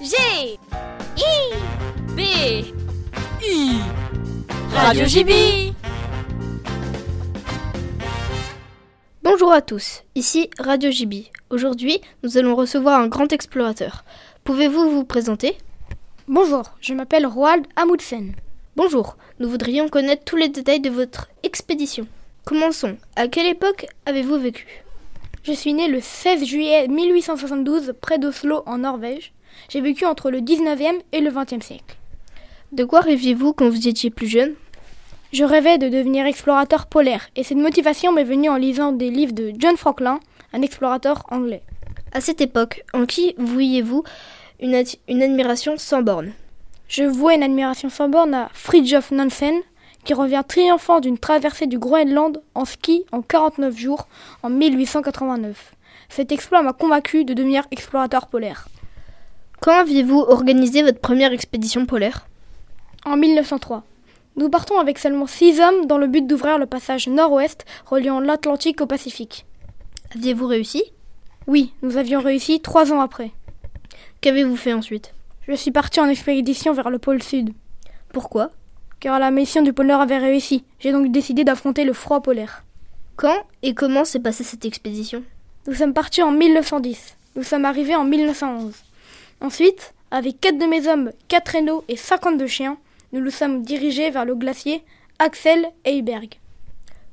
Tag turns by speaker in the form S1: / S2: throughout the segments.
S1: G I B
S2: I Radio JB
S3: Bonjour à tous, ici Radio Gibi. Aujourd'hui, nous allons recevoir un grand explorateur. Pouvez-vous vous présenter
S4: Bonjour, je m'appelle Roald Amundsen.
S3: Bonjour, nous voudrions connaître tous les détails de votre expédition. Commençons. À quelle époque avez-vous vécu
S4: Je suis né le 16 juillet 1872 près d'Oslo en Norvège. J'ai vécu entre le 19e et le 20e siècle.
S3: De quoi rêviez-vous quand vous étiez plus jeune
S4: Je rêvais de devenir explorateur polaire et cette motivation m'est venue en lisant des livres de John Franklin, un explorateur anglais.
S3: À cette époque, en qui vouiez-vous une, ad- une admiration sans borne
S4: Je vouais une admiration sans borne à Fridtjof Nansen, qui revient triomphant d'une traversée du Groenland en ski en 49 jours en 1889. Cet exploit m'a convaincu de devenir explorateur polaire.
S3: Quand aviez-vous organisé votre première expédition polaire
S4: En 1903, nous partons avec seulement 6 hommes dans le but d'ouvrir le passage nord-ouest reliant l'Atlantique au Pacifique.
S3: Aviez-vous réussi
S4: Oui, nous avions réussi 3 ans après.
S3: Qu'avez-vous fait ensuite
S4: Je suis parti en expédition vers le pôle sud,
S3: Pourquoi
S4: car la mission du pôle nord avait réussi. J'ai donc décidé d'affronter le froid polaire.
S3: Quand et comment s'est passée cette expédition
S4: Nous sommes partis en 1910. Nous sommes arrivés en 1911. Ensuite, avec 4 de mes hommes, 4 traîneaux et 52 chiens, nous nous sommes dirigés vers le glacier Axel Heiberg.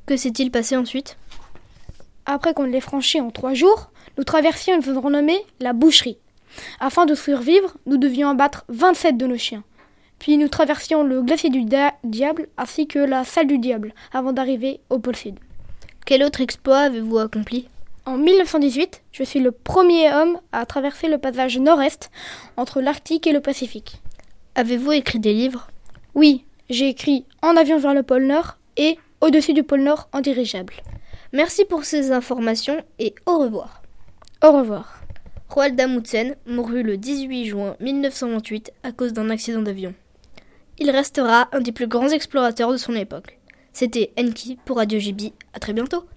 S3: Que s'est-il passé ensuite
S4: Après qu'on l'ait franchi en trois jours, nous traversions une zone renommée la boucherie. Afin de survivre, nous devions abattre 27 de nos chiens. Puis nous traversions le glacier du Da- diable ainsi que la salle du diable avant d'arriver au pôle sud.
S3: Quel autre exploit avez-vous accompli
S4: En 1918, je suis le premier homme à traverser le passage nord-est entre l'Arctique et le Pacifique.
S3: Avez-vous écrit des livres
S4: Oui, j'ai écrit En avion vers le pôle nord et Au-dessus du pôle nord en dirigeable.
S3: Merci pour ces informations et au revoir.
S4: Au revoir.
S3: Roald Amundsen mourut le 18 juin 1928 à cause d'un accident d'avion. Il restera un des plus grands explorateurs de son époque. C'était Enki pour Radio JB. À très bientôt.